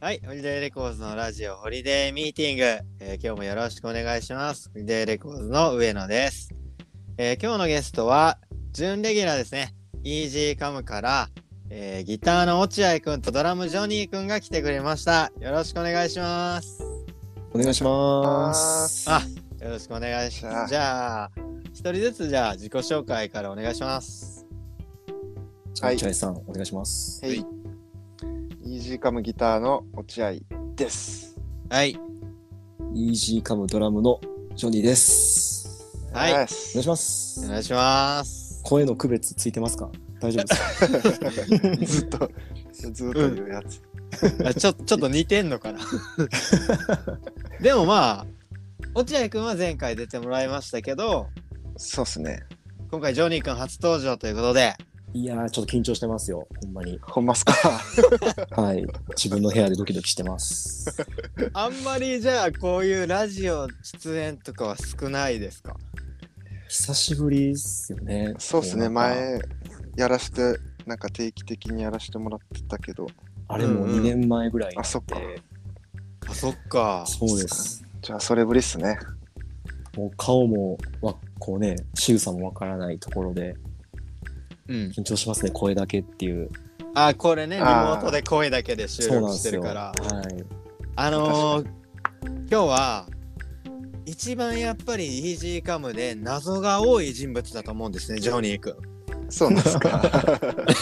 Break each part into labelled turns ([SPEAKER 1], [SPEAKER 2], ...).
[SPEAKER 1] はい、ホリデーレコーズのラジオ、ホリデーミーティング、えー今日もよろしくお願いします。ホリデーレコーズの上野です。えー今日のゲストは、準レギュラーですね、イージーカムから、えーギターの落合くんとドラムジョニーくんが来てくれました。よろしくお願いします。
[SPEAKER 2] お願いします。
[SPEAKER 1] あ、よろしくお願いします。じゃあ、一人ずつじゃあ自己紹介からお願いします。
[SPEAKER 3] はい、
[SPEAKER 2] チャイさん、お願いします。
[SPEAKER 3] はい、イージーカムギターの落合です。
[SPEAKER 1] はい、
[SPEAKER 2] イージーカムドラムのジョニーです。
[SPEAKER 1] はい
[SPEAKER 3] よ
[SPEAKER 2] お願い
[SPEAKER 3] し
[SPEAKER 2] し
[SPEAKER 3] ま
[SPEAKER 2] ます
[SPEAKER 1] お。願いします。
[SPEAKER 2] 声の区別ついてますか大丈夫ですか
[SPEAKER 3] すずっと、ずっと言うやつ。
[SPEAKER 1] あちょちょっと似てんのかなでもまあ落合君は前回出てもらいましたけど
[SPEAKER 3] そうっすね。
[SPEAKER 1] 今回ジョニー君初登場ということで
[SPEAKER 2] いやー、ちょっと緊張してますよ。ほんまに。
[SPEAKER 3] ほんまっす か
[SPEAKER 2] はい。自分の部屋でドキドキしてます。
[SPEAKER 1] あんまりじゃあこういうラジオ出演とかは少ないですか
[SPEAKER 2] 久しぶりっすよね。
[SPEAKER 3] そうっすね、
[SPEAKER 2] もなんか。
[SPEAKER 3] 前、やらして、なんか定期的にやらしてもらってたけど、
[SPEAKER 2] あれもう2年前ぐらいなんで
[SPEAKER 3] あそっか
[SPEAKER 1] あそっか
[SPEAKER 2] そうです。
[SPEAKER 3] じゃあそれぶりっすね。
[SPEAKER 2] もう顔も、わこうね、仕草もわからないところで、
[SPEAKER 1] うん
[SPEAKER 2] 緊張しますね、声だけっていう。
[SPEAKER 1] あこれねリモ
[SPEAKER 3] あー
[SPEAKER 1] ートで声だけで収
[SPEAKER 2] そうなん
[SPEAKER 1] 録
[SPEAKER 2] で
[SPEAKER 1] して
[SPEAKER 2] す
[SPEAKER 1] る
[SPEAKER 2] よ。
[SPEAKER 1] から
[SPEAKER 2] はい。
[SPEAKER 1] あのー、今日は一番やっぱりイージーカムで謎が多い人物だと思うんですねジョニー君
[SPEAKER 3] そうなんすか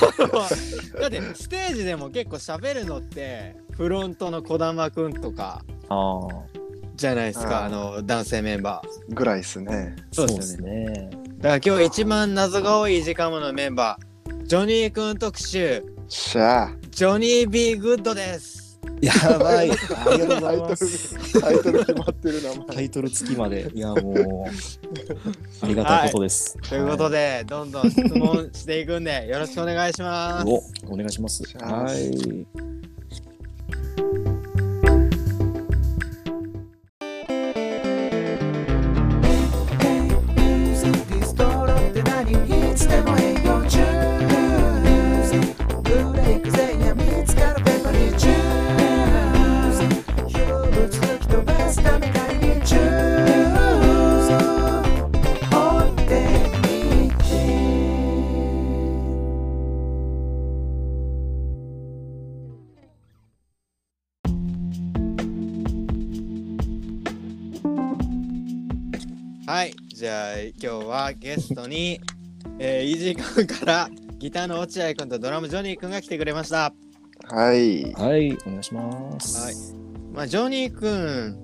[SPEAKER 1] だってステージでも結構喋るのってフロントの児玉くんとか
[SPEAKER 2] ああ。
[SPEAKER 1] じゃないですかあ
[SPEAKER 3] あー
[SPEAKER 1] の男性メンバー
[SPEAKER 3] ぐらいっすね。
[SPEAKER 1] そう
[SPEAKER 2] そう
[SPEAKER 1] で
[SPEAKER 2] ですす
[SPEAKER 1] よ
[SPEAKER 2] ね。
[SPEAKER 1] だから今日一番謎が多い時間ものメンバージョニーくん特集
[SPEAKER 3] しゃあ、
[SPEAKER 1] ジョニー・ビー・グッドです
[SPEAKER 2] やばい。ありがとうございます。
[SPEAKER 3] タイトル決まってる名
[SPEAKER 2] タ
[SPEAKER 3] 前。
[SPEAKER 2] イトル付きまで。いや、もう、 ありがたいことです。
[SPEAKER 1] ということで、どんどん質問していくんでよろしくお願いしま
[SPEAKER 2] はい、
[SPEAKER 1] す
[SPEAKER 2] お、お願いします。はい。
[SPEAKER 4] ディストロって何いつでも営業中ブレイク前夜見つかるペコにチューズ植物吹き飛ばすため買いにチューズ置いてみて
[SPEAKER 1] はいじゃあ今日はゲストに、えー、イージーカムからギターの落合くんとドラムジョニーくんが来てくれました
[SPEAKER 3] はい。
[SPEAKER 2] はい、お願いします。
[SPEAKER 1] はいまあ、ジョニーくん、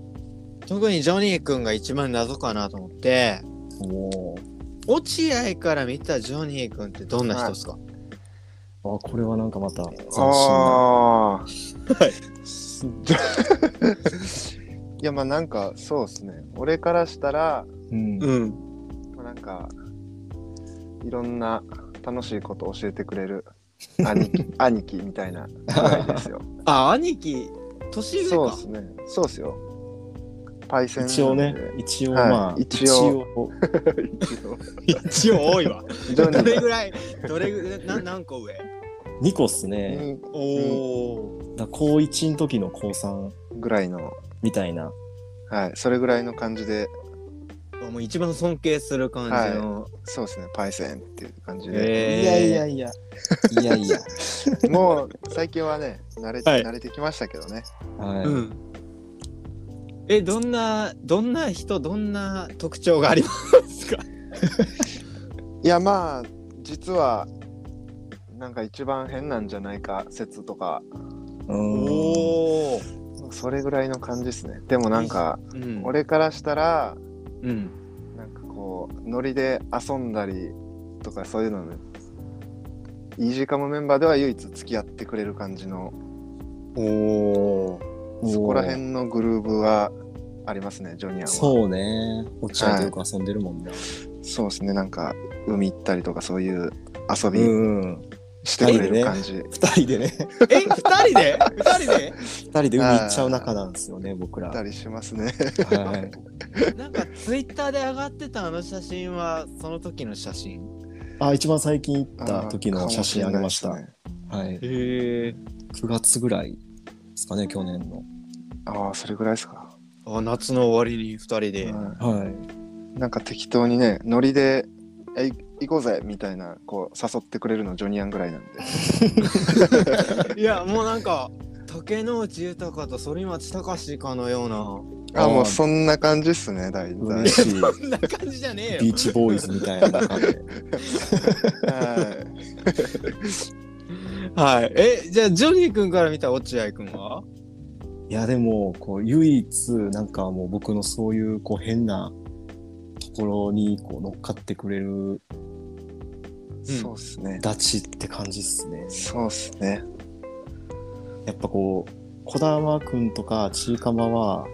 [SPEAKER 1] 特にジョニーくんが一番謎かなと思って、
[SPEAKER 2] お
[SPEAKER 1] 落合から見たジョニーくんってどんな人ですか、
[SPEAKER 2] お。あ、これはなんかまた斬新な。
[SPEAKER 3] ああ。。
[SPEAKER 1] はい
[SPEAKER 3] いや、まあなんか、そうっすね。俺からしたら、
[SPEAKER 2] うん。
[SPEAKER 1] ん。
[SPEAKER 3] まあなんかいろんな楽しいことを教えてくれる兄 貴兄貴みたいなぐらいですよ。
[SPEAKER 1] あ、兄貴、年上か。
[SPEAKER 3] そうですね。そうですよ。パイセン
[SPEAKER 2] 一応ね、一応まあ、
[SPEAKER 3] はい一
[SPEAKER 2] 一
[SPEAKER 3] 応
[SPEAKER 2] 応、
[SPEAKER 1] 一応多い わ。
[SPEAKER 3] ジョ
[SPEAKER 1] ど
[SPEAKER 3] ニ
[SPEAKER 1] れ
[SPEAKER 3] ー
[SPEAKER 1] ぐらい、どれぐらい、な何個上
[SPEAKER 2] 2個っすね。
[SPEAKER 3] に
[SPEAKER 1] おお。
[SPEAKER 2] だ高1の時の高3
[SPEAKER 3] ぐらいの、
[SPEAKER 2] みたいな。
[SPEAKER 3] はい、それぐらいの感じで、
[SPEAKER 1] あもう一番尊敬する感じの。
[SPEAKER 3] そうですね、パイセンっていう感じ
[SPEAKER 1] え
[SPEAKER 3] で、
[SPEAKER 1] ー
[SPEAKER 2] いや。いやい や。
[SPEAKER 3] もう最近はね、慣れて、
[SPEAKER 1] はい
[SPEAKER 3] 慣れてきましたけどね。
[SPEAKER 2] はい。
[SPEAKER 1] うん。え、どんな、どんな人、どんな特徴がありますか
[SPEAKER 3] いや、まあ、実は、なんか一番変なんじゃないか説とか、
[SPEAKER 2] うん。
[SPEAKER 1] お。
[SPEAKER 3] それぐらいの感じですね。でもなんか、
[SPEAKER 1] うん。
[SPEAKER 3] 俺からしたら、
[SPEAKER 1] うん。
[SPEAKER 3] なんかこうノリで遊んだりとかそういうのねイージーカムメンバーでは唯一付き合ってくれる感じの
[SPEAKER 1] おお。
[SPEAKER 3] そこら辺のグルーブはありますねジョニアンはそう
[SPEAKER 2] そうね。落合とよく遊んでるもんね。
[SPEAKER 3] ですねなんか海行ったりとかそういう遊び
[SPEAKER 2] んうん。
[SPEAKER 3] してくれ
[SPEAKER 2] うん
[SPEAKER 3] る感じ、
[SPEAKER 2] 二人でね、
[SPEAKER 1] え、二人で二人で
[SPEAKER 2] 二人で海行っちゃう仲なんですよね、僕ら。
[SPEAKER 3] 行っ
[SPEAKER 2] は
[SPEAKER 3] たりしますね
[SPEAKER 2] い。
[SPEAKER 1] なんかツイッターで上がってたあの写真はその時の写真
[SPEAKER 2] あ、一番最近行っ
[SPEAKER 3] あ
[SPEAKER 2] た
[SPEAKER 3] ー
[SPEAKER 2] 時の写真あげました。
[SPEAKER 3] か
[SPEAKER 2] は
[SPEAKER 1] へ
[SPEAKER 2] い。
[SPEAKER 1] え
[SPEAKER 2] 9月ぐらいですかね、去年の。
[SPEAKER 3] ああ、それぐらいですか。
[SPEAKER 1] あ夏の終わりに2人で、
[SPEAKER 3] は
[SPEAKER 2] はい。
[SPEAKER 3] い、なんか適当にね、ノリで、えい行こうぜみたいな、こう、誘ってくれるのジョニアンぐらいなんで。
[SPEAKER 1] いやもうなんか竹野内豊と反町隆史かのような
[SPEAKER 3] ああ、
[SPEAKER 2] あー
[SPEAKER 3] もうそんな感じっすね、大
[SPEAKER 2] 嬉
[SPEAKER 3] 体。
[SPEAKER 2] しい。
[SPEAKER 1] そんな感じじゃねえ
[SPEAKER 2] ビ
[SPEAKER 1] よ
[SPEAKER 2] ーチボーイズみたいな中で。
[SPEAKER 3] はい
[SPEAKER 1] はいえじゃあジョニー君から見た落合君はい
[SPEAKER 2] やでもこう唯一なんかもう僕のそういうこう変なところにこう乗っかってくれる
[SPEAKER 3] そうっすね。
[SPEAKER 2] ダチって感じっすね。
[SPEAKER 3] そうっすね。
[SPEAKER 2] やっぱこう児玉くんとかちいかまは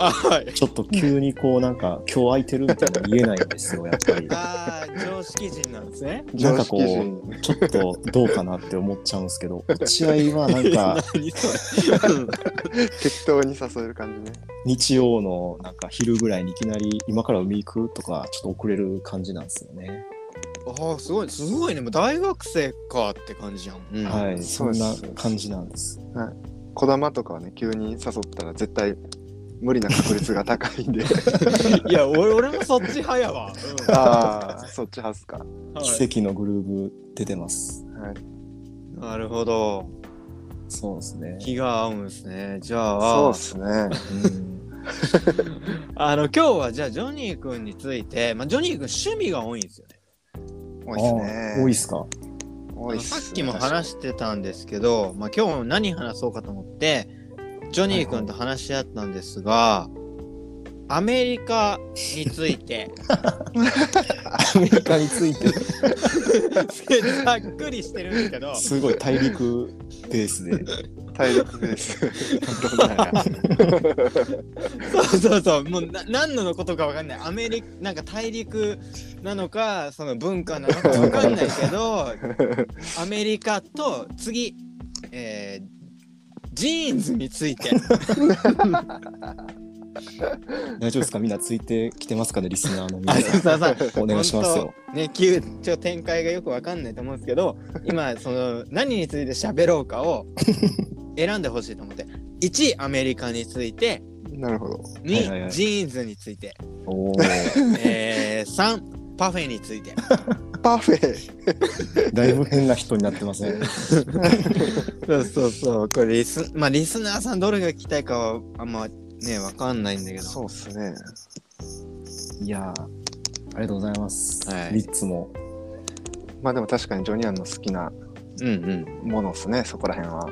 [SPEAKER 1] あはい
[SPEAKER 2] ちょっと急にこうなんか今日空いてるみたいなの言えないんですよやっぱり。
[SPEAKER 1] ああ常識人なんですね
[SPEAKER 2] なんかこ
[SPEAKER 3] 常識人
[SPEAKER 2] うちょっとどうかなって思っちゃうんですけど 落合はなんか
[SPEAKER 1] 何それうん
[SPEAKER 3] 適当に誘える感じね。
[SPEAKER 2] 日曜のなんか昼ぐらいにいきなり今から海行くとかちょっと遅れる感じなんですよね。
[SPEAKER 1] ああすごいすごいねもう大学生かって感じじゃん、うん
[SPEAKER 2] はい、
[SPEAKER 3] そ
[SPEAKER 2] そう
[SPEAKER 3] で
[SPEAKER 2] ん
[SPEAKER 3] す
[SPEAKER 2] な感じなんです。
[SPEAKER 3] 児玉とかはね、急に誘ったら絶対無理な確率が高いん で。
[SPEAKER 1] いや俺俺もそっち派やわ、うん
[SPEAKER 3] ああ、そっちはすか。
[SPEAKER 1] はい
[SPEAKER 2] 奇跡のグルーブ出てます。
[SPEAKER 1] なるほど
[SPEAKER 2] そうですね。
[SPEAKER 1] 気が合うんですねじゃあ
[SPEAKER 3] そうっすね。
[SPEAKER 2] うん
[SPEAKER 1] あの今日はじゃあジョニー君について、まあ、ジョニー君趣味が多いんですよね
[SPEAKER 3] 多いっすね。
[SPEAKER 2] あ多いっすか。
[SPEAKER 3] 多いっす
[SPEAKER 1] さ
[SPEAKER 3] ね
[SPEAKER 1] っきも話してたんですけど、まあ、今日も何話そうかと思ってジョニー君と話し合ったんですが、アメリカについ て
[SPEAKER 2] アメリカについて、
[SPEAKER 1] ざっくりしてるんですけど
[SPEAKER 2] すごい大陸ベースで。
[SPEAKER 3] 体力 です。どんなや
[SPEAKER 1] そうそうそうもうな何のことかわかんないアメリカなんか大陸なのかその文化なのかわかんないけ どアメリカと次、えージーンズについて
[SPEAKER 2] 大丈夫ですかみんなついてきてますかねリスナーの
[SPEAKER 1] あ
[SPEAKER 2] 皆
[SPEAKER 1] の
[SPEAKER 2] さん。
[SPEAKER 1] ささ
[SPEAKER 2] お願いしますよ。
[SPEAKER 1] ね急ちょ展開がよくわかんないと思うんですけど今その何について喋ろうか を選んでほしいと思って1アメリカについて
[SPEAKER 3] なるほど。
[SPEAKER 1] 2、
[SPEAKER 2] はいはいはい
[SPEAKER 1] ジーンズについて、
[SPEAKER 2] おー
[SPEAKER 1] えー、3パフェについて
[SPEAKER 3] パフェ。
[SPEAKER 2] だいぶ変な人になってますね。
[SPEAKER 1] そうそうそうこれリスまあリスナーさんどれが聞きたいかはあんまねわかんないんだけど
[SPEAKER 3] そうっすね。
[SPEAKER 2] いやー、ありがとうございます。
[SPEAKER 1] はい
[SPEAKER 2] 三つも。
[SPEAKER 3] まあでも確かにジョニアンの好きな
[SPEAKER 1] うんうん
[SPEAKER 3] ものっすね、そこら辺は。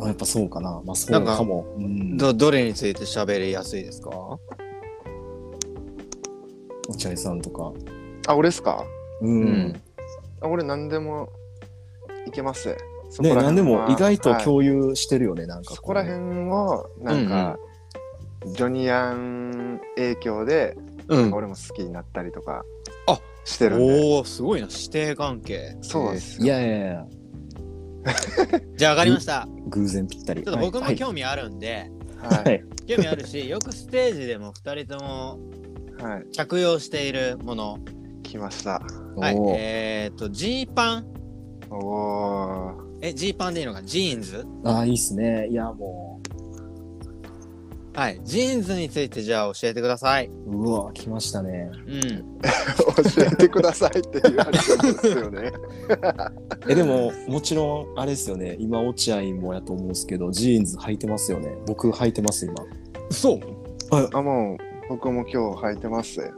[SPEAKER 2] あやっぱそうかな。まあそうかも。うん
[SPEAKER 1] どどれについて喋りやすいですか
[SPEAKER 2] 落合さんとか。
[SPEAKER 3] あ、俺っすか
[SPEAKER 2] うん。
[SPEAKER 1] うん
[SPEAKER 2] ね、
[SPEAKER 3] あ、俺何でもいけますね。そこら辺は
[SPEAKER 2] 何でも意外と
[SPEAKER 3] はい
[SPEAKER 2] 共有してるよね、なんかこう。
[SPEAKER 3] そこら辺を、なんか、ジョニアン影響で、
[SPEAKER 1] うん
[SPEAKER 3] 俺も好きになったりとか
[SPEAKER 1] あ
[SPEAKER 3] してるんで。
[SPEAKER 1] おおすごいな指定関係
[SPEAKER 3] そうです
[SPEAKER 2] い
[SPEAKER 3] よ。
[SPEAKER 2] やいやいや、
[SPEAKER 1] じゃあ上がりました
[SPEAKER 2] 偶然ぴったり。
[SPEAKER 1] ちょっと僕
[SPEAKER 2] は
[SPEAKER 1] も
[SPEAKER 2] い
[SPEAKER 1] 興味あるんで、
[SPEAKER 3] は
[SPEAKER 2] はい
[SPEAKER 3] い。
[SPEAKER 1] 興味あるし、よくステージでも2人とも
[SPEAKER 3] はい。
[SPEAKER 1] 着用しているもの。
[SPEAKER 3] 来ました。
[SPEAKER 1] はい
[SPEAKER 2] お、ー
[SPEAKER 1] えっ、ー、と、ジーパン。
[SPEAKER 3] おお
[SPEAKER 1] え、ジーパンでいいのかジーンズ
[SPEAKER 2] ああ、いいっすね。いや、も
[SPEAKER 1] はい。ジーンズについてじゃあ教えてください。
[SPEAKER 2] う、うわ、来ましたね。
[SPEAKER 1] うん。
[SPEAKER 3] ー。教えてくださいって言われたんですよね。
[SPEAKER 2] え、でも、 もちろん、あれですよね。今、落合もやと思うんですけど、ジーンズ履いてますよね。僕、履いてます、今。
[SPEAKER 1] そう
[SPEAKER 3] あ、もう、僕も今日履いてます。
[SPEAKER 1] え、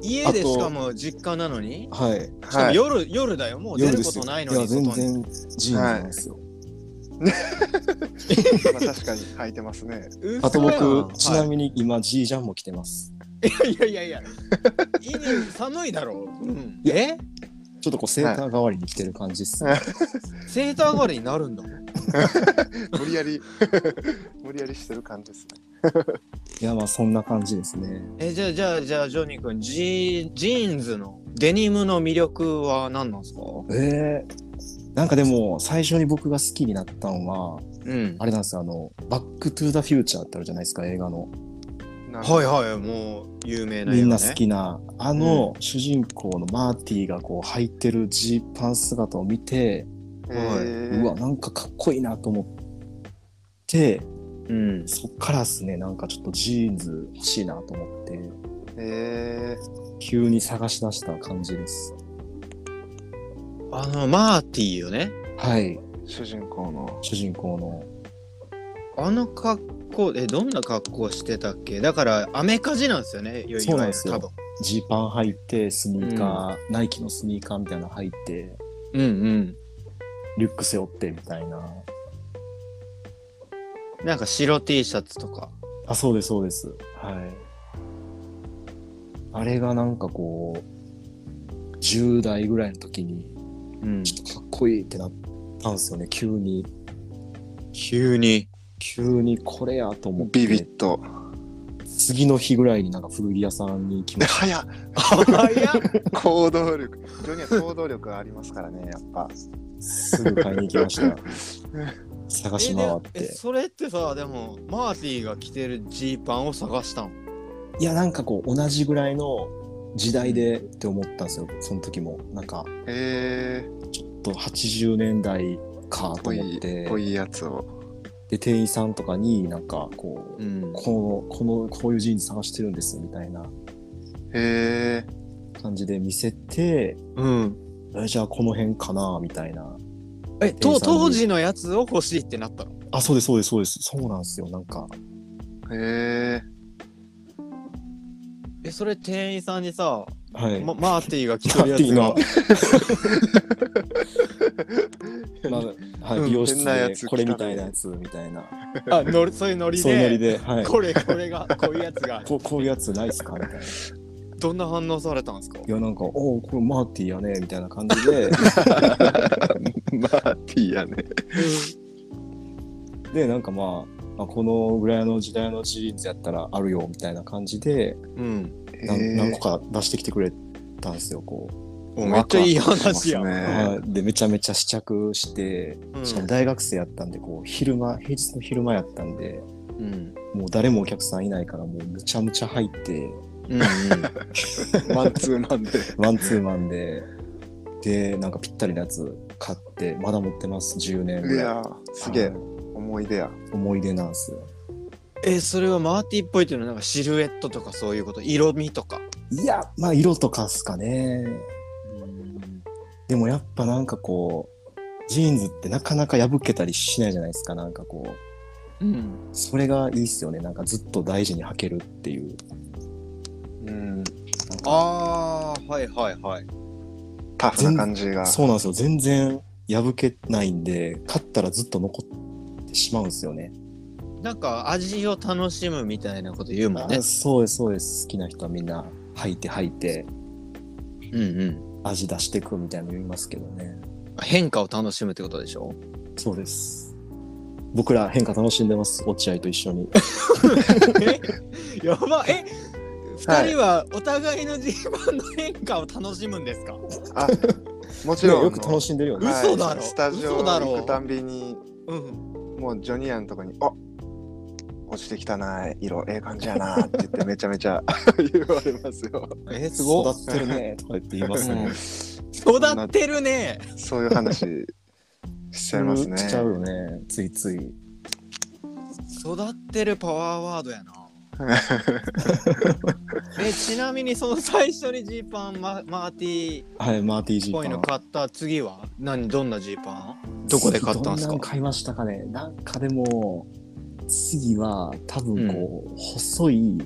[SPEAKER 1] 家で
[SPEAKER 2] あと
[SPEAKER 1] しかも実家なのに、
[SPEAKER 2] はい。
[SPEAKER 1] しかも
[SPEAKER 3] はい。
[SPEAKER 1] 夜、夜だよ。もう出
[SPEAKER 2] 夜
[SPEAKER 1] る
[SPEAKER 2] で
[SPEAKER 1] こと
[SPEAKER 2] すよ
[SPEAKER 1] ないのに。
[SPEAKER 2] いや、全
[SPEAKER 1] 外に。
[SPEAKER 2] 然、ジーンズなんですよ。
[SPEAKER 3] まあ確かに履いてますね。
[SPEAKER 2] あと、僕、ちな
[SPEAKER 1] に。
[SPEAKER 2] みに、今、ジージャンも着てます。
[SPEAKER 1] いやいやいや いや。家で寒いだろう。うん、え
[SPEAKER 2] ちょっとこう、セーター代わりに着てる感じっすね。
[SPEAKER 1] セーター代わりになるんだ。
[SPEAKER 3] 無理やり 無理やりしてる感じですね。
[SPEAKER 2] いや、まあ、そんな感じですね。
[SPEAKER 1] えじゃあじゃあじゃあジョニー君ジージーンズのデニムの魅力は何なんですか
[SPEAKER 2] えー、なんかでも、最初に僕が好きになったのは、
[SPEAKER 1] うん
[SPEAKER 2] あれなんですよ、あの、バックトゥーザフューチャーってあるじゃないですか、映画の。
[SPEAKER 3] なんか
[SPEAKER 1] はいはいもう有名な
[SPEAKER 2] み
[SPEAKER 1] 映
[SPEAKER 2] ん
[SPEAKER 1] 画
[SPEAKER 2] な
[SPEAKER 1] ね
[SPEAKER 2] 好きな、あの主人公のマーティがこう履いてるジーパン姿を見て、
[SPEAKER 3] え
[SPEAKER 1] は
[SPEAKER 3] ー
[SPEAKER 2] うわ、なんかかっこいいなと思て、
[SPEAKER 3] うん。
[SPEAKER 2] そっからですね、なんかちょっとジーンズ欲しいなと思って、
[SPEAKER 3] え
[SPEAKER 2] 急に探し出した感じです。
[SPEAKER 1] あの、マーティーよね。
[SPEAKER 2] はい、
[SPEAKER 3] ー、主人公の。
[SPEAKER 2] 主人公の。
[SPEAKER 1] あの格好、え、どんな格好してたっけだから、アメカジなんですよね。いわゆる
[SPEAKER 2] そうなんですよ
[SPEAKER 1] 多分。
[SPEAKER 2] ジーパン履いて、スニーカー、ナイキのスニーカーみたいなの履いて、
[SPEAKER 1] うんうん。
[SPEAKER 2] リュック背負ってみたいな。
[SPEAKER 1] なんか白 T シャツとか。
[SPEAKER 2] あ、そうです、そうです。はい。あれがなんかこう、10代ぐらいの時に、
[SPEAKER 1] うん。
[SPEAKER 2] かっこいいってなったんですよね、急に。
[SPEAKER 1] 急に。
[SPEAKER 2] 急にこれやと思って。
[SPEAKER 3] ビビッと。
[SPEAKER 2] 次の日ぐらいになんか古着屋さんに行き まし
[SPEAKER 3] 早っ
[SPEAKER 1] 早っ
[SPEAKER 3] 行動力。ジョニーは行動力がありますからね、やっぱ。
[SPEAKER 2] た。すぐ買いに行きました。探し回っ
[SPEAKER 1] えでえ
[SPEAKER 2] て。
[SPEAKER 1] それってさでもマーティーが着てるジーパンを探したの
[SPEAKER 2] いや、なんかこう、同じぐらいの時代でって思ったんですよ、その時も。なんか、
[SPEAKER 3] えー、
[SPEAKER 2] と80年代かと
[SPEAKER 3] ぽ
[SPEAKER 2] 思っ
[SPEAKER 3] い、
[SPEAKER 2] て。
[SPEAKER 3] ぽいやつを。
[SPEAKER 2] で、店員さんとかになんかこう、
[SPEAKER 1] ん
[SPEAKER 2] この、この、こういうジーンズ探してるんですみたいな
[SPEAKER 3] え
[SPEAKER 2] 感じで見せて、
[SPEAKER 1] うん
[SPEAKER 2] えじゃあこの辺かなみたいな。
[SPEAKER 1] え
[SPEAKER 2] 店員
[SPEAKER 1] と
[SPEAKER 2] さんに
[SPEAKER 1] 当時のやつを欲しいってなったの
[SPEAKER 2] あ、そうです、そうです、そうです。そうなんですよ。なんか、
[SPEAKER 3] ー、え
[SPEAKER 1] えそれ店員さんにさ、
[SPEAKER 2] はい。
[SPEAKER 1] まマーティーが着てるやつ
[SPEAKER 2] マ
[SPEAKER 1] が
[SPEAKER 2] ー まあ、
[SPEAKER 3] う
[SPEAKER 2] は
[SPEAKER 3] ん
[SPEAKER 2] い、美容室
[SPEAKER 3] 変なや
[SPEAKER 2] で
[SPEAKER 3] つ
[SPEAKER 2] これみたいなやつみたいな。
[SPEAKER 1] あのりそういうノリ
[SPEAKER 2] そういうノリ
[SPEAKER 1] で
[SPEAKER 2] で、はい。
[SPEAKER 1] これこれがこういうやつが
[SPEAKER 2] こうこういうやつないっすかみたいな。い
[SPEAKER 1] どんな反応されたんですか
[SPEAKER 2] や、なんか、おお、これマーティーやねみたいな感じ で、
[SPEAKER 3] ー、 マーティーやね。
[SPEAKER 2] で、なんかまあ、あこのぐらいの時代のジーンズやったらあるよみたいな感じで、
[SPEAKER 1] うん
[SPEAKER 2] なん
[SPEAKER 3] えー
[SPEAKER 2] 何個か出してきてくれたんですよ、こう。
[SPEAKER 1] おめっちゃいい話や
[SPEAKER 3] ワクワクしますね。
[SPEAKER 2] はいで、めちゃめちゃ試着して、
[SPEAKER 1] うん
[SPEAKER 2] しかも大学生やったんで、こう、昼間、平日の昼間やったんで、
[SPEAKER 1] うん
[SPEAKER 2] もう誰もお客さんいないから、もうむちゃむちゃ入 って、
[SPEAKER 1] うんうん
[SPEAKER 3] マンツーマ ンで。
[SPEAKER 2] ワンツーマンで、で、なんかぴったりなやつ買って、まだ持ってます、10年ぐ
[SPEAKER 3] い
[SPEAKER 2] らい。
[SPEAKER 3] やー、すげえ
[SPEAKER 2] は。い
[SPEAKER 3] 思い出や。
[SPEAKER 2] 思い出なんですよ。
[SPEAKER 1] えそれはマーティーっぽいっていうのはなんかシルエットとかそういうこと色味とか
[SPEAKER 2] いや、まあ、色とかっすかね。でもやっぱなんかこう、ジーンズってなかなか破けたりしないじゃないですか、なんかこう。
[SPEAKER 1] うん
[SPEAKER 2] それがいいっすよね、なんかずっと大事に履けるっていう。
[SPEAKER 3] うん。
[SPEAKER 1] あーはいはいはい
[SPEAKER 3] タフな感じが。
[SPEAKER 2] そうなんですよ、全然破けないんで、買ったらずっと残ってしまうんですよね。
[SPEAKER 1] なんか味を楽しむみたいなこと言うもんね
[SPEAKER 2] あ。そうです、そうです。好きな人はみんな履いて履いて、
[SPEAKER 1] うんうん。
[SPEAKER 2] 味出してくみたいなの言いますけどね。
[SPEAKER 1] 変化を楽しむってことでしょ
[SPEAKER 2] そうです。僕ら変化楽しんでます、落合と一緒に。
[SPEAKER 1] え やばえ二人はお互いの自分の変化を楽しむんですか、
[SPEAKER 3] あ、もちろ ん。
[SPEAKER 2] よく楽しんでるよね。
[SPEAKER 1] 嘘だろ
[SPEAKER 3] スタジオ
[SPEAKER 1] 嘘だろ
[SPEAKER 3] 行くたんびに、
[SPEAKER 1] うん。
[SPEAKER 3] もうジョニアンのとこに、あ落ちてきたな、色、ええ感じやなって言って、めちゃめちゃ 言われますよ。
[SPEAKER 1] えすご
[SPEAKER 2] 育ってるね とか言って言いますね。
[SPEAKER 1] 育ってるね
[SPEAKER 3] そういう話しちゃいますね
[SPEAKER 2] し。ちゃうよね、ついつい。
[SPEAKER 1] 育ってるパワーワードや な。えちなみにその最初にジーパンママーティーっ
[SPEAKER 2] はい、マーティージー
[SPEAKER 1] ぽ
[SPEAKER 2] パ
[SPEAKER 1] いの
[SPEAKER 2] ン。
[SPEAKER 1] 買った次は何どんなジーパンどこで買ったんですか
[SPEAKER 2] どな買いましたかね。なんかでも、次は多分こう、細い、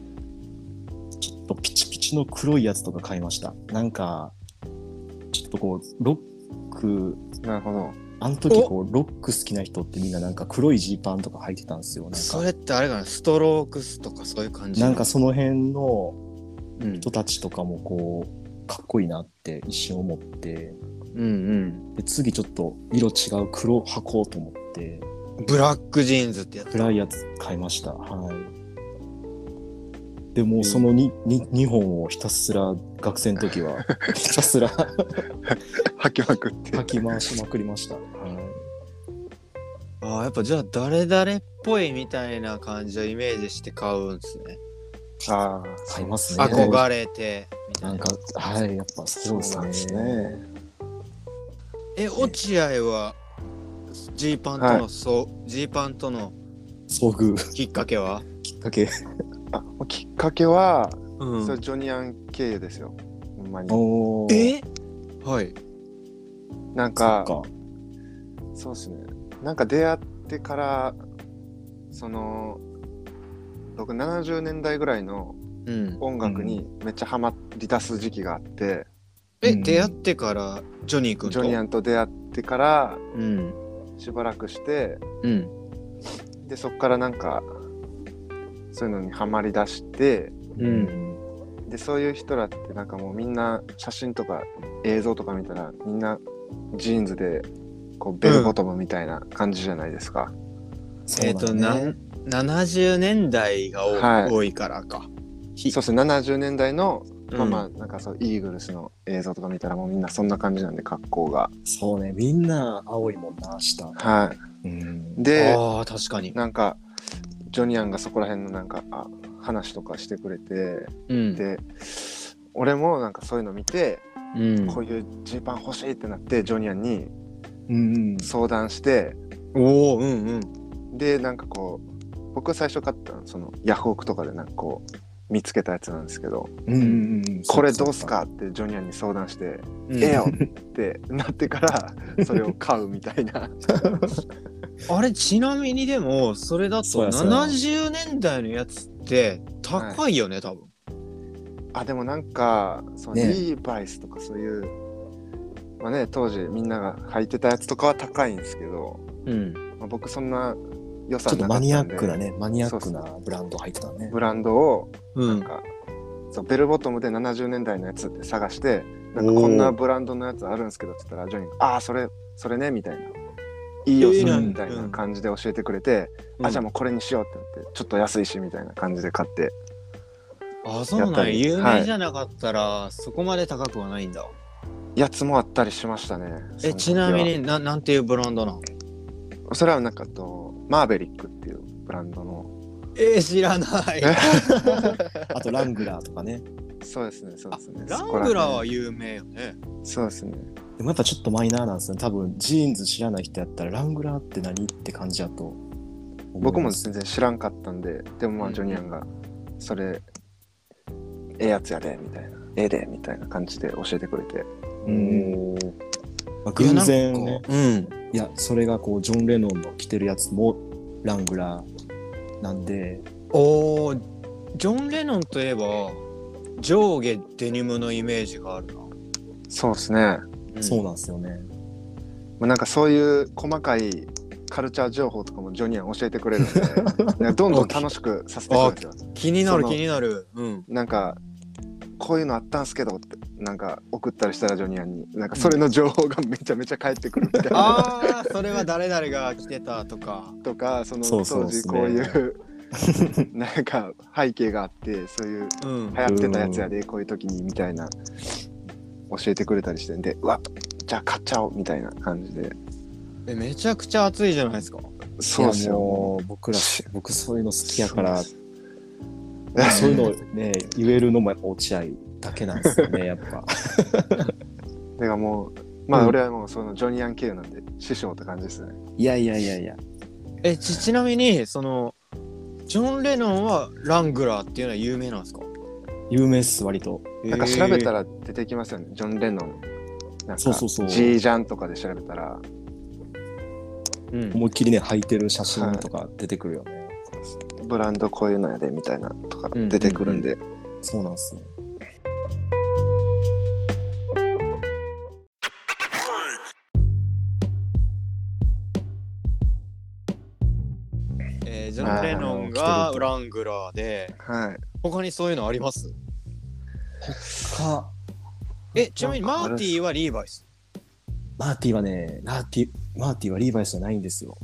[SPEAKER 2] ちょっとピチピチの黒いやつとか買いました。なんか、ちょっとこう、ロック、
[SPEAKER 3] なるほど。
[SPEAKER 2] あの時こう、ロック好きな人ってみんななんか黒いジーパンとか履いてたんですよ。なん
[SPEAKER 1] そ
[SPEAKER 2] か、
[SPEAKER 1] れってあれかなストロークスとかそういう感じ
[SPEAKER 2] なんかその辺の
[SPEAKER 1] うん
[SPEAKER 2] 人たちとかもこう、かっこいいなって一瞬思って、
[SPEAKER 1] うん
[SPEAKER 2] で次ちょっと色違う黒履こうと思って、
[SPEAKER 1] うんブラックジーンズってやつ
[SPEAKER 2] 暗いやつ買いました。はい。でもうその 2,、に二本をひたすら学生の時はひたすら
[SPEAKER 3] 吐きまくって
[SPEAKER 2] 書。き回しまくりました。はい、
[SPEAKER 1] ああやっぱじゃあ誰々っぽいみたいな感じをイメージして買うんですね
[SPEAKER 3] ああ、
[SPEAKER 2] 買いますね。
[SPEAKER 1] 憧れてみた
[SPEAKER 2] ないん
[SPEAKER 1] な
[SPEAKER 2] か、はい、やっぱそうですね。
[SPEAKER 1] え落合はジーパンとのそうジーパンとの
[SPEAKER 2] 遭遇
[SPEAKER 1] きっかけは
[SPEAKER 2] きっかけ。
[SPEAKER 3] あきっかけは、
[SPEAKER 1] う
[SPEAKER 3] それジョニアン経由ですよほんまに
[SPEAKER 2] おー
[SPEAKER 1] えはい。
[SPEAKER 3] なん
[SPEAKER 2] そ
[SPEAKER 3] か
[SPEAKER 2] っか。
[SPEAKER 3] そうですね。なんか出会ってから、その、僕70年代ぐらいの
[SPEAKER 1] うん。
[SPEAKER 3] 音楽にめっちゃハマり出す時期があって、
[SPEAKER 1] え、
[SPEAKER 2] うん
[SPEAKER 1] 出会ってからジョニー君と
[SPEAKER 3] ジョニアンと出会ってから
[SPEAKER 1] うん。
[SPEAKER 3] しばらくして、
[SPEAKER 1] うん。
[SPEAKER 3] で、そっからなんか、そういうのにハマり出して、
[SPEAKER 1] う。
[SPEAKER 2] うんん。
[SPEAKER 3] で、そういう人らってなんかもうみんな写真とか映像とか見たらみんなジーンズでこうベルボトムみたいな感じじゃないですか。
[SPEAKER 1] えっ、と、なん70年代が多,、
[SPEAKER 3] は
[SPEAKER 1] い、
[SPEAKER 3] い
[SPEAKER 1] 多いからか。ひ
[SPEAKER 3] そうですね、70年代のまあま
[SPEAKER 1] う
[SPEAKER 3] あなんかそうイーグルスの映像とか見たらもうみんなそんな感じなんで格好が
[SPEAKER 2] そうね、みんな青いもんな、下。
[SPEAKER 3] は
[SPEAKER 2] うん
[SPEAKER 3] い
[SPEAKER 1] ん
[SPEAKER 3] で
[SPEAKER 1] ああ、確かに。
[SPEAKER 3] なんかジョニアンがそこら辺のなんかあ話とかしてくれて
[SPEAKER 1] うん。
[SPEAKER 3] で俺もなんかそういうの見て、
[SPEAKER 1] うん
[SPEAKER 3] こういうジーパン欲しいってなってジョニアンに
[SPEAKER 2] うん。
[SPEAKER 3] 相談して
[SPEAKER 1] おお、うんうん。
[SPEAKER 3] でなんかこう僕最初買ったのそのヤフオクとかでなんかこう見つけたやつなんですけど
[SPEAKER 2] うんうんうん。
[SPEAKER 3] これどうすかってジョニアンに相談して
[SPEAKER 1] うん
[SPEAKER 3] ええよってなってからそれを買うみたいな
[SPEAKER 1] あれ、ちなみにでも、それだ
[SPEAKER 2] そう
[SPEAKER 1] と
[SPEAKER 2] やそうや
[SPEAKER 1] 70年代のやつって高いよね、多分。
[SPEAKER 3] あでもなんかその
[SPEAKER 2] ね
[SPEAKER 3] リーバイスとかそういう、まあね当時みんなが履いてたやつとかは高いんですけど、
[SPEAKER 1] うん。
[SPEAKER 3] まあ、僕そんな予
[SPEAKER 2] ちょ
[SPEAKER 3] 算
[SPEAKER 2] っと
[SPEAKER 3] なか
[SPEAKER 2] マ
[SPEAKER 3] ったんで
[SPEAKER 2] ニアックなね、マニアッ
[SPEAKER 3] そ
[SPEAKER 2] ク
[SPEAKER 3] う
[SPEAKER 2] なブランド入ってたね。
[SPEAKER 3] ブランドを
[SPEAKER 1] う
[SPEAKER 3] なん
[SPEAKER 1] ん。
[SPEAKER 3] か、そうベルボトムで70年代のやつって探してなんかこんなブランドのやつあるんですけどって言ったらジョニーが「ああそれそれね」みたいな「いいよ
[SPEAKER 1] いい
[SPEAKER 3] そ
[SPEAKER 1] な
[SPEAKER 3] れ」みたい
[SPEAKER 1] うん
[SPEAKER 3] な感じで教えてくれて「あじゃあもうこれにしよう」ってなってちょっと安いしみたいな感じで買って
[SPEAKER 1] あ、そう
[SPEAKER 3] やっ
[SPEAKER 1] な
[SPEAKER 3] た
[SPEAKER 1] んや
[SPEAKER 3] り
[SPEAKER 1] 有
[SPEAKER 3] は
[SPEAKER 1] 名
[SPEAKER 3] い
[SPEAKER 1] じゃなかったら、そこまで高くはないんだ。
[SPEAKER 3] やつもあったりしましたねそ
[SPEAKER 1] え、
[SPEAKER 3] の時
[SPEAKER 1] ち
[SPEAKER 3] は
[SPEAKER 1] なみにな、なんていうブランドなの
[SPEAKER 3] それはなんかとマーベリックっていうブランドの
[SPEAKER 1] えー、知らない。
[SPEAKER 3] え
[SPEAKER 2] あとラングラーとかね。
[SPEAKER 3] そうですねそうですね
[SPEAKER 1] ラン
[SPEAKER 3] そこ
[SPEAKER 1] グ
[SPEAKER 3] 辺
[SPEAKER 1] ラーは有名よね。
[SPEAKER 3] そうですね
[SPEAKER 2] でもやっぱちょっとマイナーなんですね。多分ジーンズ知らない人やったらラングラーって何って感じやと思います。
[SPEAKER 3] 僕も全然知らんかったんででもま
[SPEAKER 1] う
[SPEAKER 3] あ
[SPEAKER 1] ん
[SPEAKER 3] ジョニアンがそれええやつやでみたいなええでみたいな感じで教えてくれて
[SPEAKER 2] うん。
[SPEAKER 1] おー
[SPEAKER 2] まあ、偶然
[SPEAKER 1] いやな
[SPEAKER 2] ね
[SPEAKER 1] ん。かうん。
[SPEAKER 2] いや、それがこう、ジョン・レノンの着てるやつもラングラーなんで、
[SPEAKER 1] おージョン・レノンといえば、上下デニムのイメージがあるな。
[SPEAKER 3] そうですねも
[SPEAKER 2] そうなんですよね。
[SPEAKER 3] うなんかそういう細かいカルチャー情報とかもジョニアン教えてくれる んでなんかどんどん楽しくさせてくれるんですよ
[SPEAKER 1] 気になる
[SPEAKER 3] その
[SPEAKER 1] 気になる。うん。
[SPEAKER 3] なんかこういうのあったんすけどってなんか送ったりしたらジョニアンになんかそれの情報がめちゃめちゃ返ってくるみたい な
[SPEAKER 1] ああ、それは誰々が来てたとか。
[SPEAKER 3] とかその
[SPEAKER 2] そうそう
[SPEAKER 3] 当時
[SPEAKER 2] そう
[SPEAKER 3] こう
[SPEAKER 2] っす
[SPEAKER 3] い
[SPEAKER 2] ね
[SPEAKER 3] うなんか背景があってそういう
[SPEAKER 1] うん
[SPEAKER 3] 流。行ってたやつやでこういう時にみたいな教えてくれたりしてんでうわじゃあ買っちゃおうみたいな感じで
[SPEAKER 1] えめちゃくちゃ暑いじゃないですか。
[SPEAKER 3] そうっ
[SPEAKER 2] い
[SPEAKER 3] す
[SPEAKER 2] や
[SPEAKER 3] よ
[SPEAKER 2] もう僕ら、僕そういうの好きやから、
[SPEAKER 3] う
[SPEAKER 2] まあそういうのをね、言えるのもやっぱ落合だけなんですよね、やっ ぱ。
[SPEAKER 3] だからもうま
[SPEAKER 2] う
[SPEAKER 3] あ
[SPEAKER 2] ん
[SPEAKER 3] 俺はもうそのジョニアン系なんで師匠って感じですね
[SPEAKER 2] いやいやいやいや。
[SPEAKER 1] えちちなみにそのジョン・レノンはラングラーっていうのは有名なんですか
[SPEAKER 2] 有名っす、割と。
[SPEAKER 3] なんか調べた
[SPEAKER 1] ら
[SPEAKER 3] ら出てきますよねジョン・レノンなんか
[SPEAKER 2] そうそうそう
[SPEAKER 3] ジージャンとかで調べたら
[SPEAKER 1] うん
[SPEAKER 2] 思いっきりね、履いてる写真とか出てくるよね。
[SPEAKER 3] ブランドこういうのやでみたいなとか出てくるんで
[SPEAKER 2] そうなんですね。
[SPEAKER 1] えージョン・レノンがラングラーで
[SPEAKER 3] はい
[SPEAKER 1] 他にそういうのあります
[SPEAKER 2] か、
[SPEAKER 1] えちなみに
[SPEAKER 3] なん
[SPEAKER 1] マ
[SPEAKER 3] かあれ
[SPEAKER 1] ーティーはリーバイス
[SPEAKER 2] マーティはね、マーティ、マーティはリーバイスじゃないんですよ。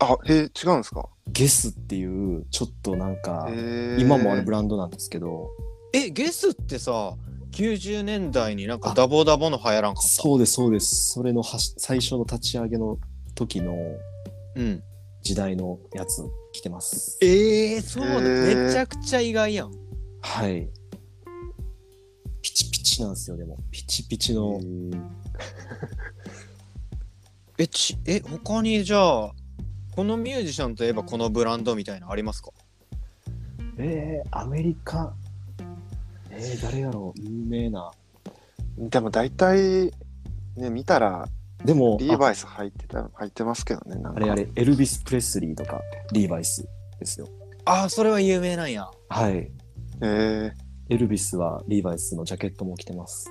[SPEAKER 3] あへえ違うんですか
[SPEAKER 2] ゲスっていう、ちょっとなんか、
[SPEAKER 3] へえ
[SPEAKER 2] 今もあるブランドなんですけど、
[SPEAKER 1] えゲスってさ90年代になんかダボダボの流行らんかった
[SPEAKER 2] そうです、そうです。それのはし最初の立ち上げの時の
[SPEAKER 1] うん
[SPEAKER 2] 時代のやつ着てます。
[SPEAKER 1] えー、そうだ、
[SPEAKER 3] へー
[SPEAKER 1] めちゃくちゃ意外やん
[SPEAKER 2] はい。ピチピチなんですよ、でも。ピチピチの。
[SPEAKER 1] えちえ他にじゃあここのミュージシャンといえばこのブランドみたいなのありますか
[SPEAKER 2] えー、アメリカ。えー、誰やろう有名な。
[SPEAKER 3] でも大体ね見たら
[SPEAKER 2] でも、
[SPEAKER 3] リーバイス入ってた入ってますけどねなん
[SPEAKER 2] ああ
[SPEAKER 3] か
[SPEAKER 2] れあれ、エルビス・プレスリーとか、リーバイスですよ。
[SPEAKER 1] ああそれは有名なんや
[SPEAKER 2] はい。
[SPEAKER 3] え
[SPEAKER 2] エルビスはリーバイスのジャケットも着てます。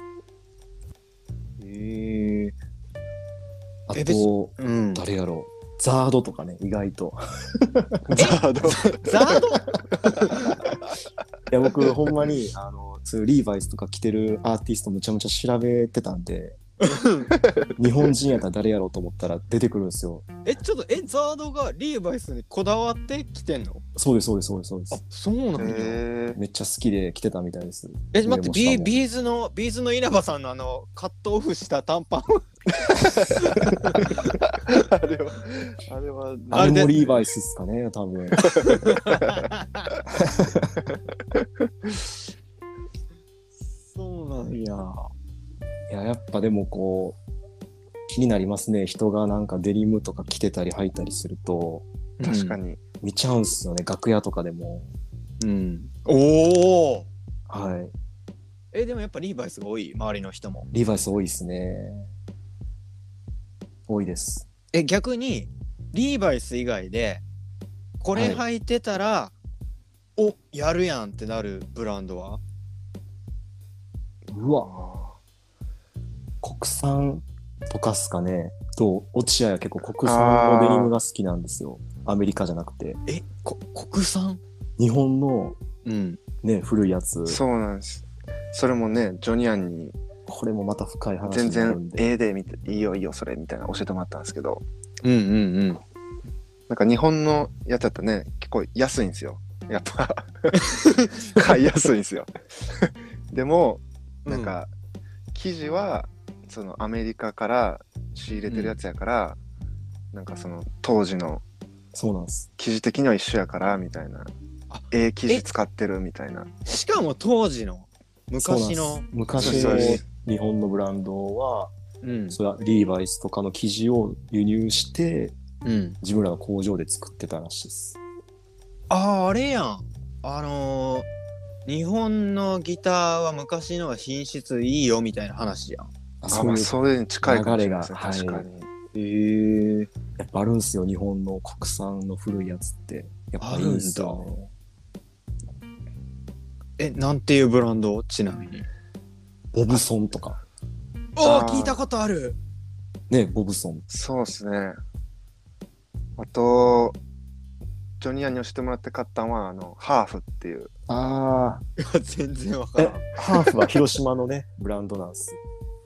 [SPEAKER 1] へえ
[SPEAKER 2] あ
[SPEAKER 1] え別
[SPEAKER 2] と、
[SPEAKER 1] うん
[SPEAKER 2] 誰やろうザードとかね、意外と。
[SPEAKER 3] ー、ザード
[SPEAKER 1] ザード
[SPEAKER 2] いや、僕、ほんまに、あの、そういうリーバイスとか着てるアーティストむちゃむちゃ調べてたん で、日本人やったら誰やろうと思ったら出てくるんですよ。
[SPEAKER 1] えちょっとえザードがリーバイスにこだわってきてんの
[SPEAKER 2] そうです、そうです、そうです、そうで
[SPEAKER 1] あ
[SPEAKER 2] す。
[SPEAKER 1] そうなんや、
[SPEAKER 3] え
[SPEAKER 2] めっちゃ好きで着てたみたいです。
[SPEAKER 1] え待ってビ
[SPEAKER 2] 上も下も
[SPEAKER 1] ビーズのビーズの稲葉さんのあのカットオフした短パン
[SPEAKER 3] ー、あれはあれは
[SPEAKER 1] あ
[SPEAKER 2] あ
[SPEAKER 1] れ
[SPEAKER 2] れ
[SPEAKER 1] で
[SPEAKER 2] もリーバイスですかね、多分。
[SPEAKER 1] そうなんや
[SPEAKER 2] いやーいややっぱでもこう気になりますね人がなんかデニムとか着てたり履いたりすると
[SPEAKER 3] 確かに、
[SPEAKER 2] 見ちゃうんすよね楽屋とかでも
[SPEAKER 1] うんおお
[SPEAKER 2] はい
[SPEAKER 1] えでもやっぱリーバイスが多い周りの人も
[SPEAKER 2] リーバイス多いですね多いです
[SPEAKER 1] え逆にリーバイス以外でこれ履いてたら、おやるやんってなるブランドは
[SPEAKER 2] うわ国産とかっすかねと落合は結構国産のデニムが好きなんですよアメリカじゃなくて
[SPEAKER 1] えこ国産
[SPEAKER 2] 日本の
[SPEAKER 1] うん
[SPEAKER 2] ね古いやつ
[SPEAKER 3] そうなんですそれもねジョニアンに
[SPEAKER 2] これもまた深い話
[SPEAKER 3] 全
[SPEAKER 2] になる
[SPEAKER 3] 然
[SPEAKER 2] んで
[SPEAKER 3] ええでみたいいいよいいよそれみたいな教えてもらったんですけど
[SPEAKER 1] うんうんうん
[SPEAKER 3] なんか日本のやつだったらね結構安いんですよやっ ぱ買いやすいんですよでもなんか、生地はそのアメリカから仕入れてるやつやから、なんかその当時の
[SPEAKER 2] そうなんです
[SPEAKER 3] 生地的には一緒やからみたいな
[SPEAKER 1] あ
[SPEAKER 3] ええ生地使ってるみたいな
[SPEAKER 1] しかも当時の昔の
[SPEAKER 2] そうなんです昔
[SPEAKER 3] そう
[SPEAKER 2] の
[SPEAKER 3] です
[SPEAKER 2] 日本のブランドは
[SPEAKER 1] うん
[SPEAKER 2] それはリーバイスとかの生地を輸入して
[SPEAKER 1] うん
[SPEAKER 2] 自分らの工場で作ってたらしいです
[SPEAKER 1] あああれやんあのー日本のギターは昔のは品質いいよみたいな話やん
[SPEAKER 2] あ
[SPEAKER 3] あ
[SPEAKER 2] そう
[SPEAKER 3] ま
[SPEAKER 2] い
[SPEAKER 3] あ
[SPEAKER 2] う
[SPEAKER 3] それに近いかもしれないですね
[SPEAKER 2] 流れ
[SPEAKER 3] 確
[SPEAKER 2] が
[SPEAKER 3] か
[SPEAKER 1] へ
[SPEAKER 3] に、
[SPEAKER 1] え
[SPEAKER 2] やっぱあるんすよ日本の国産の古いやつってやっぱいいんすよね
[SPEAKER 1] えなんていうブランドちなみに
[SPEAKER 2] ボブソンとか
[SPEAKER 1] あ
[SPEAKER 3] あー
[SPEAKER 1] 聞いたことある
[SPEAKER 2] ねボブソン
[SPEAKER 3] そうですねあとジョニアンに教えてもらって買ったのはあのハーフっていう
[SPEAKER 2] あ
[SPEAKER 1] いや全然わか
[SPEAKER 2] あえ
[SPEAKER 1] らん
[SPEAKER 2] ハーフは広島のね ブランドなんです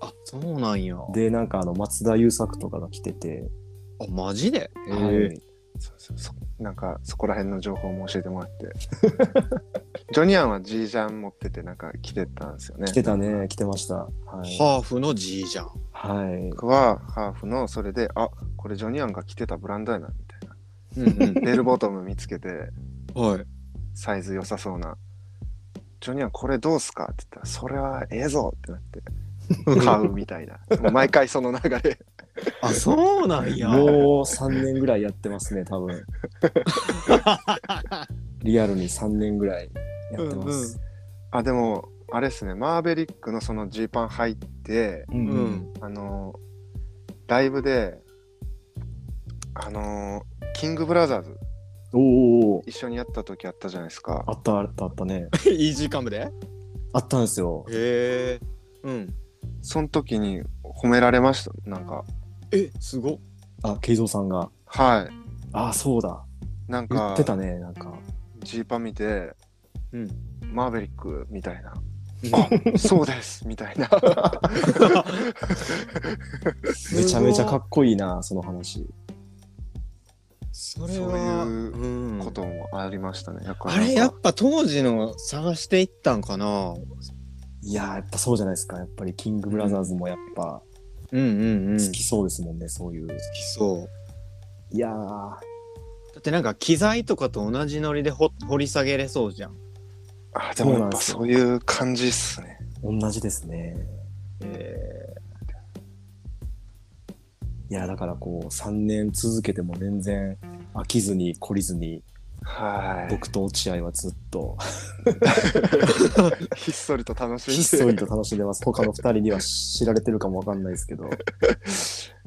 [SPEAKER 1] あそうなんや
[SPEAKER 2] でなんかあの松田優作とかが着てて、
[SPEAKER 1] あマジでへ
[SPEAKER 2] はい、
[SPEAKER 3] そうそうそなんかそこら辺の情報も教えてもらって ジョニアンはジージャン持っててなんか着てたんですよね
[SPEAKER 2] 着てたね着てましたはい、
[SPEAKER 1] ハーフの G じゃん
[SPEAKER 2] はい、
[SPEAKER 3] 僕はハーフのそれであこれジョニアンが着てたブランドやなみたいな
[SPEAKER 1] う ん
[SPEAKER 3] ベルボトム見つけて
[SPEAKER 1] うん はい
[SPEAKER 3] サイズ良さそうなジョニアンこれどうすかって言ったらそれはええぞってなって買うみたいなもう毎回その流れ
[SPEAKER 1] あそうなんや
[SPEAKER 2] もう3年ぐらいやってますね、多分。リアルに3年ぐらいやってます。
[SPEAKER 3] あでもあれですねマーベリックのそのジーパン入って
[SPEAKER 2] うん
[SPEAKER 1] うん
[SPEAKER 3] あのライブであのキングブラザーズ
[SPEAKER 2] おーおーおー
[SPEAKER 3] 一緒にやった時あったじゃないですか
[SPEAKER 2] あったあったあったね。
[SPEAKER 1] イージーカムで
[SPEAKER 2] あったんですよ。
[SPEAKER 1] へえうん
[SPEAKER 3] その時に褒められましたなんか
[SPEAKER 1] えすごっ
[SPEAKER 2] あ、慶三さんが。
[SPEAKER 3] はい
[SPEAKER 2] あ、そうだ。
[SPEAKER 3] なん
[SPEAKER 2] 言
[SPEAKER 3] か
[SPEAKER 2] ってたね、なんか。
[SPEAKER 3] ジーパン見て、
[SPEAKER 1] うん
[SPEAKER 3] マーベリックみたいな、
[SPEAKER 1] うん
[SPEAKER 3] あそうですみたいな
[SPEAKER 2] めちゃめちゃかっこいいな、その話。
[SPEAKER 1] それは
[SPEAKER 3] そういうんこともありましたね。だから
[SPEAKER 1] あれやっぱ当時の探していったんかない
[SPEAKER 2] やー、やっぱそうじゃないですか。やっぱりキングブラザーズもやっぱ
[SPEAKER 1] うんうんうん
[SPEAKER 2] 好きそうですもんね、そういう。
[SPEAKER 1] そう
[SPEAKER 2] いやー、
[SPEAKER 1] だってなんか機材とかと同じノリで掘掘り下げれそうじゃん
[SPEAKER 3] あでもやっぱそういう感じっすね。
[SPEAKER 2] 同じですね。
[SPEAKER 1] え
[SPEAKER 2] いや、だからこう、3年続けても全然飽きずに懲りずに
[SPEAKER 3] はい。
[SPEAKER 2] 僕と落合はずっと
[SPEAKER 3] ひっそりと楽しんで。
[SPEAKER 2] ひっそりと楽しんでます他の2人には知られてるかもわかんないですけど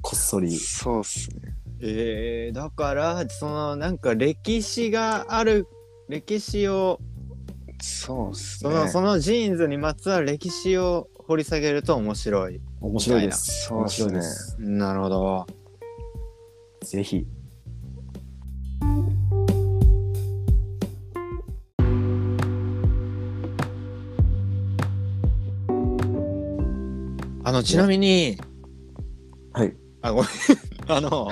[SPEAKER 2] こっそり
[SPEAKER 3] そうっすね。
[SPEAKER 1] えー、だからそのなんか歴史がある歴史を
[SPEAKER 3] そうっす
[SPEAKER 1] そ
[SPEAKER 3] ね。
[SPEAKER 1] の,、そのジーンズにまつわる歴史を掘り下げると面白い。
[SPEAKER 2] 面白いです
[SPEAKER 3] そうっ
[SPEAKER 2] 面
[SPEAKER 3] す
[SPEAKER 2] 白い
[SPEAKER 3] ね
[SPEAKER 2] で。す
[SPEAKER 1] なるほど。
[SPEAKER 2] ぜひ
[SPEAKER 1] あのちなみに
[SPEAKER 2] はい
[SPEAKER 1] あごめん あの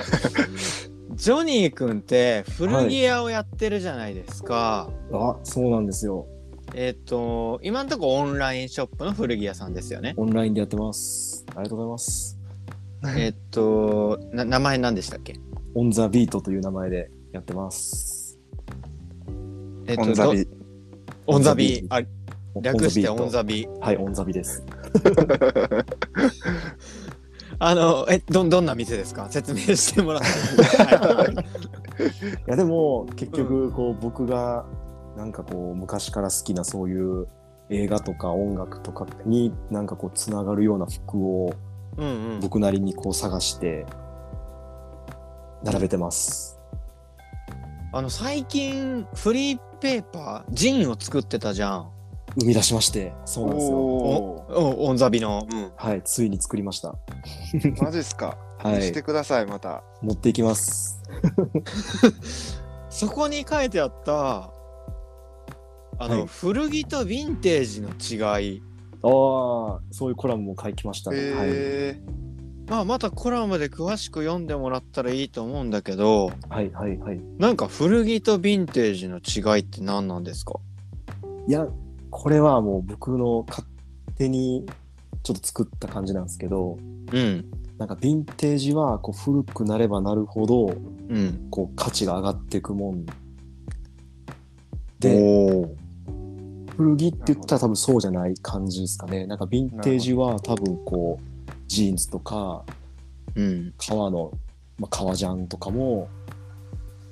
[SPEAKER 1] ジョニー君って古着屋をやってるじゃないですか。
[SPEAKER 2] あそうなんですよ
[SPEAKER 1] えっ、と今んとこオンラインショップの古着屋さんですよね。
[SPEAKER 2] オンラインでやってますありがとうございます
[SPEAKER 1] えっとな名前何でしたっけ？
[SPEAKER 2] オンザビートという名前でやってます
[SPEAKER 1] えっと
[SPEAKER 3] オンザビ
[SPEAKER 1] どオンザ
[SPEAKER 2] オンザ
[SPEAKER 1] ビ
[SPEAKER 2] ビ
[SPEAKER 1] あ略して
[SPEAKER 2] オ
[SPEAKER 1] オ
[SPEAKER 2] ン
[SPEAKER 1] ン
[SPEAKER 2] ザビー
[SPEAKER 1] ザビ。
[SPEAKER 2] トはいオンザビです
[SPEAKER 1] あのえどどんな店ですか？説明してもらっていいですか。はい
[SPEAKER 2] いやでも結局こう、僕がなんかこう昔から好きなそういう映画とか音楽とかになんかこうつながるような服を
[SPEAKER 1] うんうん。
[SPEAKER 2] 僕なりにこう探して並べてます。
[SPEAKER 1] あの最近フリーペーパージンを作ってたじゃん
[SPEAKER 2] 生み出しましてそうなんですよ。
[SPEAKER 3] お
[SPEAKER 1] おオンザビの、
[SPEAKER 2] はいついに作りました。
[SPEAKER 3] ーマジっすか。
[SPEAKER 2] は
[SPEAKER 3] し
[SPEAKER 2] い
[SPEAKER 3] てください、また。
[SPEAKER 2] 持っていきます。
[SPEAKER 1] そこに書いてあったあの、
[SPEAKER 2] はい
[SPEAKER 1] 古着とヴィンテージの違い、
[SPEAKER 2] ああそういうコラムも書きましたね。
[SPEAKER 3] へ
[SPEAKER 1] まあ、またコラムで詳しく読んでもらったらいいと思うんだけど
[SPEAKER 2] はいはいはいはい。
[SPEAKER 1] なんか古着とヴィンテージの違いって何なんですか
[SPEAKER 2] いやこれはもう僕の勝手にちょっと作った感じなんですけど。
[SPEAKER 1] うん
[SPEAKER 2] なんかヴィンテージはこう古くなればなるほど
[SPEAKER 1] うん
[SPEAKER 2] こう価値が上がっていくもんで
[SPEAKER 1] おー
[SPEAKER 2] 古着って言ったら多分そうじゃない感じですかねなんかヴィンテージは多分こうジーンズとか
[SPEAKER 1] うん
[SPEAKER 2] 革の、まあ、革ジャンとかも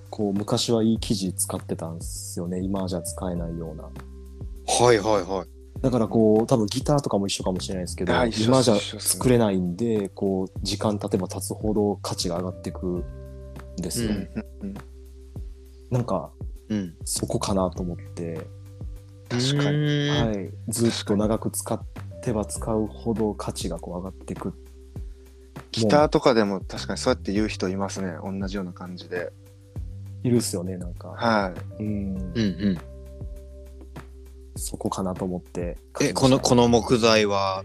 [SPEAKER 2] こう昔はいい生地使ってたんですよね今じゃ使えないような
[SPEAKER 1] はいはいはい
[SPEAKER 2] だからこう多分ギターとかも一緒かもしれないですけど
[SPEAKER 3] あ一緒
[SPEAKER 2] 今じゃ
[SPEAKER 3] 一緒ですね
[SPEAKER 2] 作れないんでこう時間経てば経つほど価値が上がっていくんですよ、
[SPEAKER 1] うん
[SPEAKER 2] なんか
[SPEAKER 1] うん
[SPEAKER 2] そこかなと思って、
[SPEAKER 3] 確かに
[SPEAKER 1] に
[SPEAKER 2] はい、ずっと長く使ってば使うほど価値がこう上がってく
[SPEAKER 3] ギターとかでも確かにそうやって言う人いますね。同じような感じで。
[SPEAKER 2] いるっすよねなんか、
[SPEAKER 3] は。
[SPEAKER 2] うん
[SPEAKER 1] うんうん
[SPEAKER 2] そこかなと思って
[SPEAKER 1] えこのこ
[SPEAKER 2] の
[SPEAKER 1] の木材は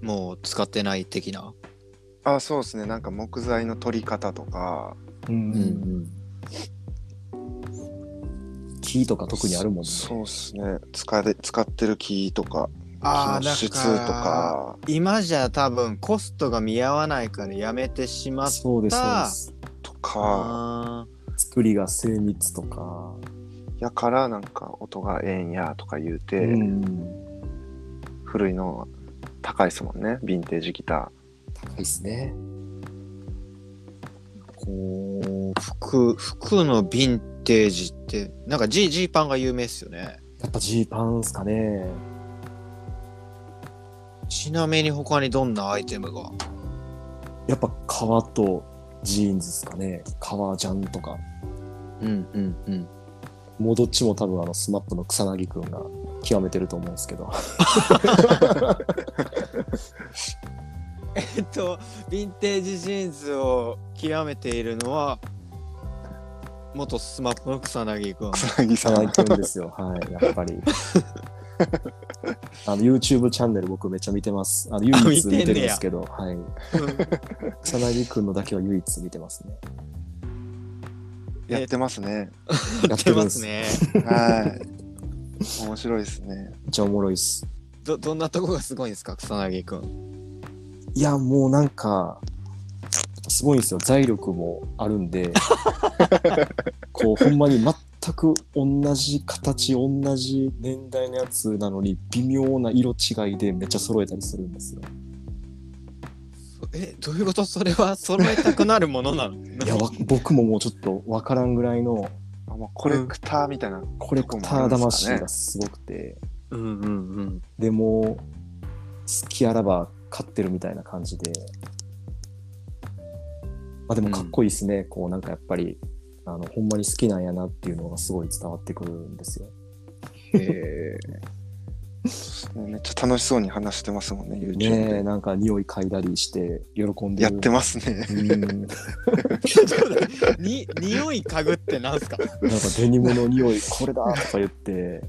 [SPEAKER 1] もう使ってない的ない
[SPEAKER 3] あ、そうですね。なんか木材の取り方とか。
[SPEAKER 2] うん、
[SPEAKER 1] うん
[SPEAKER 2] 木とか特にあるもんね
[SPEAKER 3] そうですね。使れ使ってる木とか、
[SPEAKER 1] あ
[SPEAKER 3] 木
[SPEAKER 1] だ
[SPEAKER 3] の
[SPEAKER 1] か
[SPEAKER 3] 質と
[SPEAKER 1] ら
[SPEAKER 3] か。
[SPEAKER 1] 今じゃ多分コストが見合わないからやめてしまっ
[SPEAKER 2] そうですそうです
[SPEAKER 3] とか。
[SPEAKER 1] た
[SPEAKER 2] 作りが精密とか、
[SPEAKER 3] やからなんか音がええんやとか言うて、
[SPEAKER 2] うん
[SPEAKER 3] 古いのは高いですもんね。ヴィンテージギタ
[SPEAKER 2] 高いですね
[SPEAKER 1] こう服服のヴィンテージってなんかジージーパンが有名っすよね
[SPEAKER 2] やっぱジーパンっすかね
[SPEAKER 1] ちなみに他にどんなアイテムが
[SPEAKER 2] やっぱ革とジーンズですかね革ジャンとか
[SPEAKER 1] うんうんうん
[SPEAKER 2] もうどっちも多分あのスマップの草薙くんが極めてると思うんですけど
[SPEAKER 1] えっとヴィンテージジーンズを極めているのは元スマップの草薙君
[SPEAKER 3] ー。草薙
[SPEAKER 2] 草薙くんですよはいやっぱりあの YouTube チャンネル僕めっちゃ見てますあの唯一
[SPEAKER 1] 見てんねや
[SPEAKER 2] 見てるんですけど、はい、草薙くんのだけは唯一見てますね
[SPEAKER 3] やってますね。
[SPEAKER 1] やってますね
[SPEAKER 3] はい。面白いですね。
[SPEAKER 2] めっちゃおもろいっす
[SPEAKER 1] どどんなとこがすごいんですか草薙くん
[SPEAKER 2] いやもうなんかすごいんですよ財力もあるんでこうほんまに全く同じ形同じ年代のやつなのに微妙な色違いでめっちゃ揃えたりするんですよ
[SPEAKER 1] えどういうことそれは揃えたくなるものなの
[SPEAKER 2] いやわ僕ももうちょっと分からんぐらいの
[SPEAKER 3] あもうコレクターみたいな、
[SPEAKER 2] コレクター魂がすごくて
[SPEAKER 1] うんうんうん
[SPEAKER 2] でも好きあらば勝ってるみたいな感じでまあでもかっこいいですね、こうなんかやっぱりあのほんまに好きなんやなっていうのがすごい伝わってくるんですよ
[SPEAKER 3] え ーめっちゃ楽しそうに話してますもんね YouTube で、
[SPEAKER 2] ねえなんか匂い嗅いだりして喜んで
[SPEAKER 3] や
[SPEAKER 2] る
[SPEAKER 3] ってます ね
[SPEAKER 2] うんなんか
[SPEAKER 1] に匂い嗅ぐってなんすか、
[SPEAKER 2] デニムの匂いこれだとか言って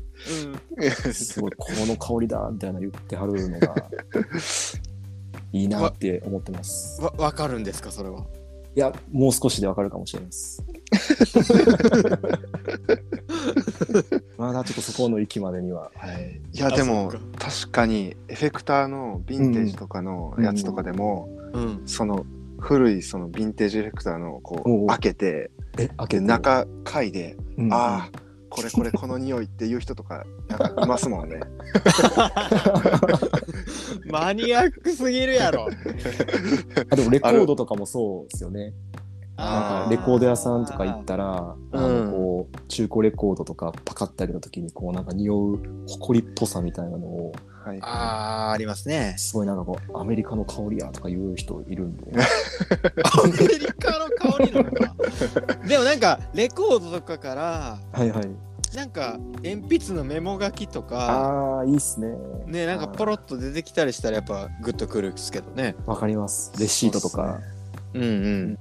[SPEAKER 1] う
[SPEAKER 2] すごいこの香りだみたいな言ってはるのがいいなって思ってます
[SPEAKER 1] ん、。わわかるんですかそれはい
[SPEAKER 2] や、もう少しでわかるかもしれない です。まだちょっとそこの域までには。はい。
[SPEAKER 3] いやでも
[SPEAKER 1] あそっ
[SPEAKER 3] 確かにエフェクターのヴィンテージとかのやつとかでも、
[SPEAKER 1] うん
[SPEAKER 3] その古いそのヴィンテージエフェクターのこ
[SPEAKER 2] おうお
[SPEAKER 3] う
[SPEAKER 2] う
[SPEAKER 3] 開けて
[SPEAKER 2] え、開け
[SPEAKER 3] で
[SPEAKER 2] て、
[SPEAKER 3] 中嗅いで、
[SPEAKER 2] うん
[SPEAKER 3] ああこれこれこの匂いっていう人とかなんかいますもんね
[SPEAKER 1] マニアックすぎるやろ
[SPEAKER 2] あでもレコードとかもそうですよね。なんか
[SPEAKER 3] あー
[SPEAKER 2] レコード屋さんとか行ったら、あ
[SPEAKER 1] うん
[SPEAKER 2] のこう中古レコードとかパカってあげた時にこうなんか匂う埃っぽさみたいなのを
[SPEAKER 3] はい
[SPEAKER 1] あーありますね
[SPEAKER 2] すごいなんかこうアメリカの香りやとか言う人いるんで。
[SPEAKER 1] アメリカの香りなのかでもなんかレコードとかから
[SPEAKER 2] はいはい。
[SPEAKER 1] なんか鉛筆のメモ書きとか
[SPEAKER 2] ああーいいっすね。
[SPEAKER 1] ねなんかポロッと出てきたりしたらやっぱグッとくるっすけどね
[SPEAKER 2] わかります。レシートとか、
[SPEAKER 1] うんうん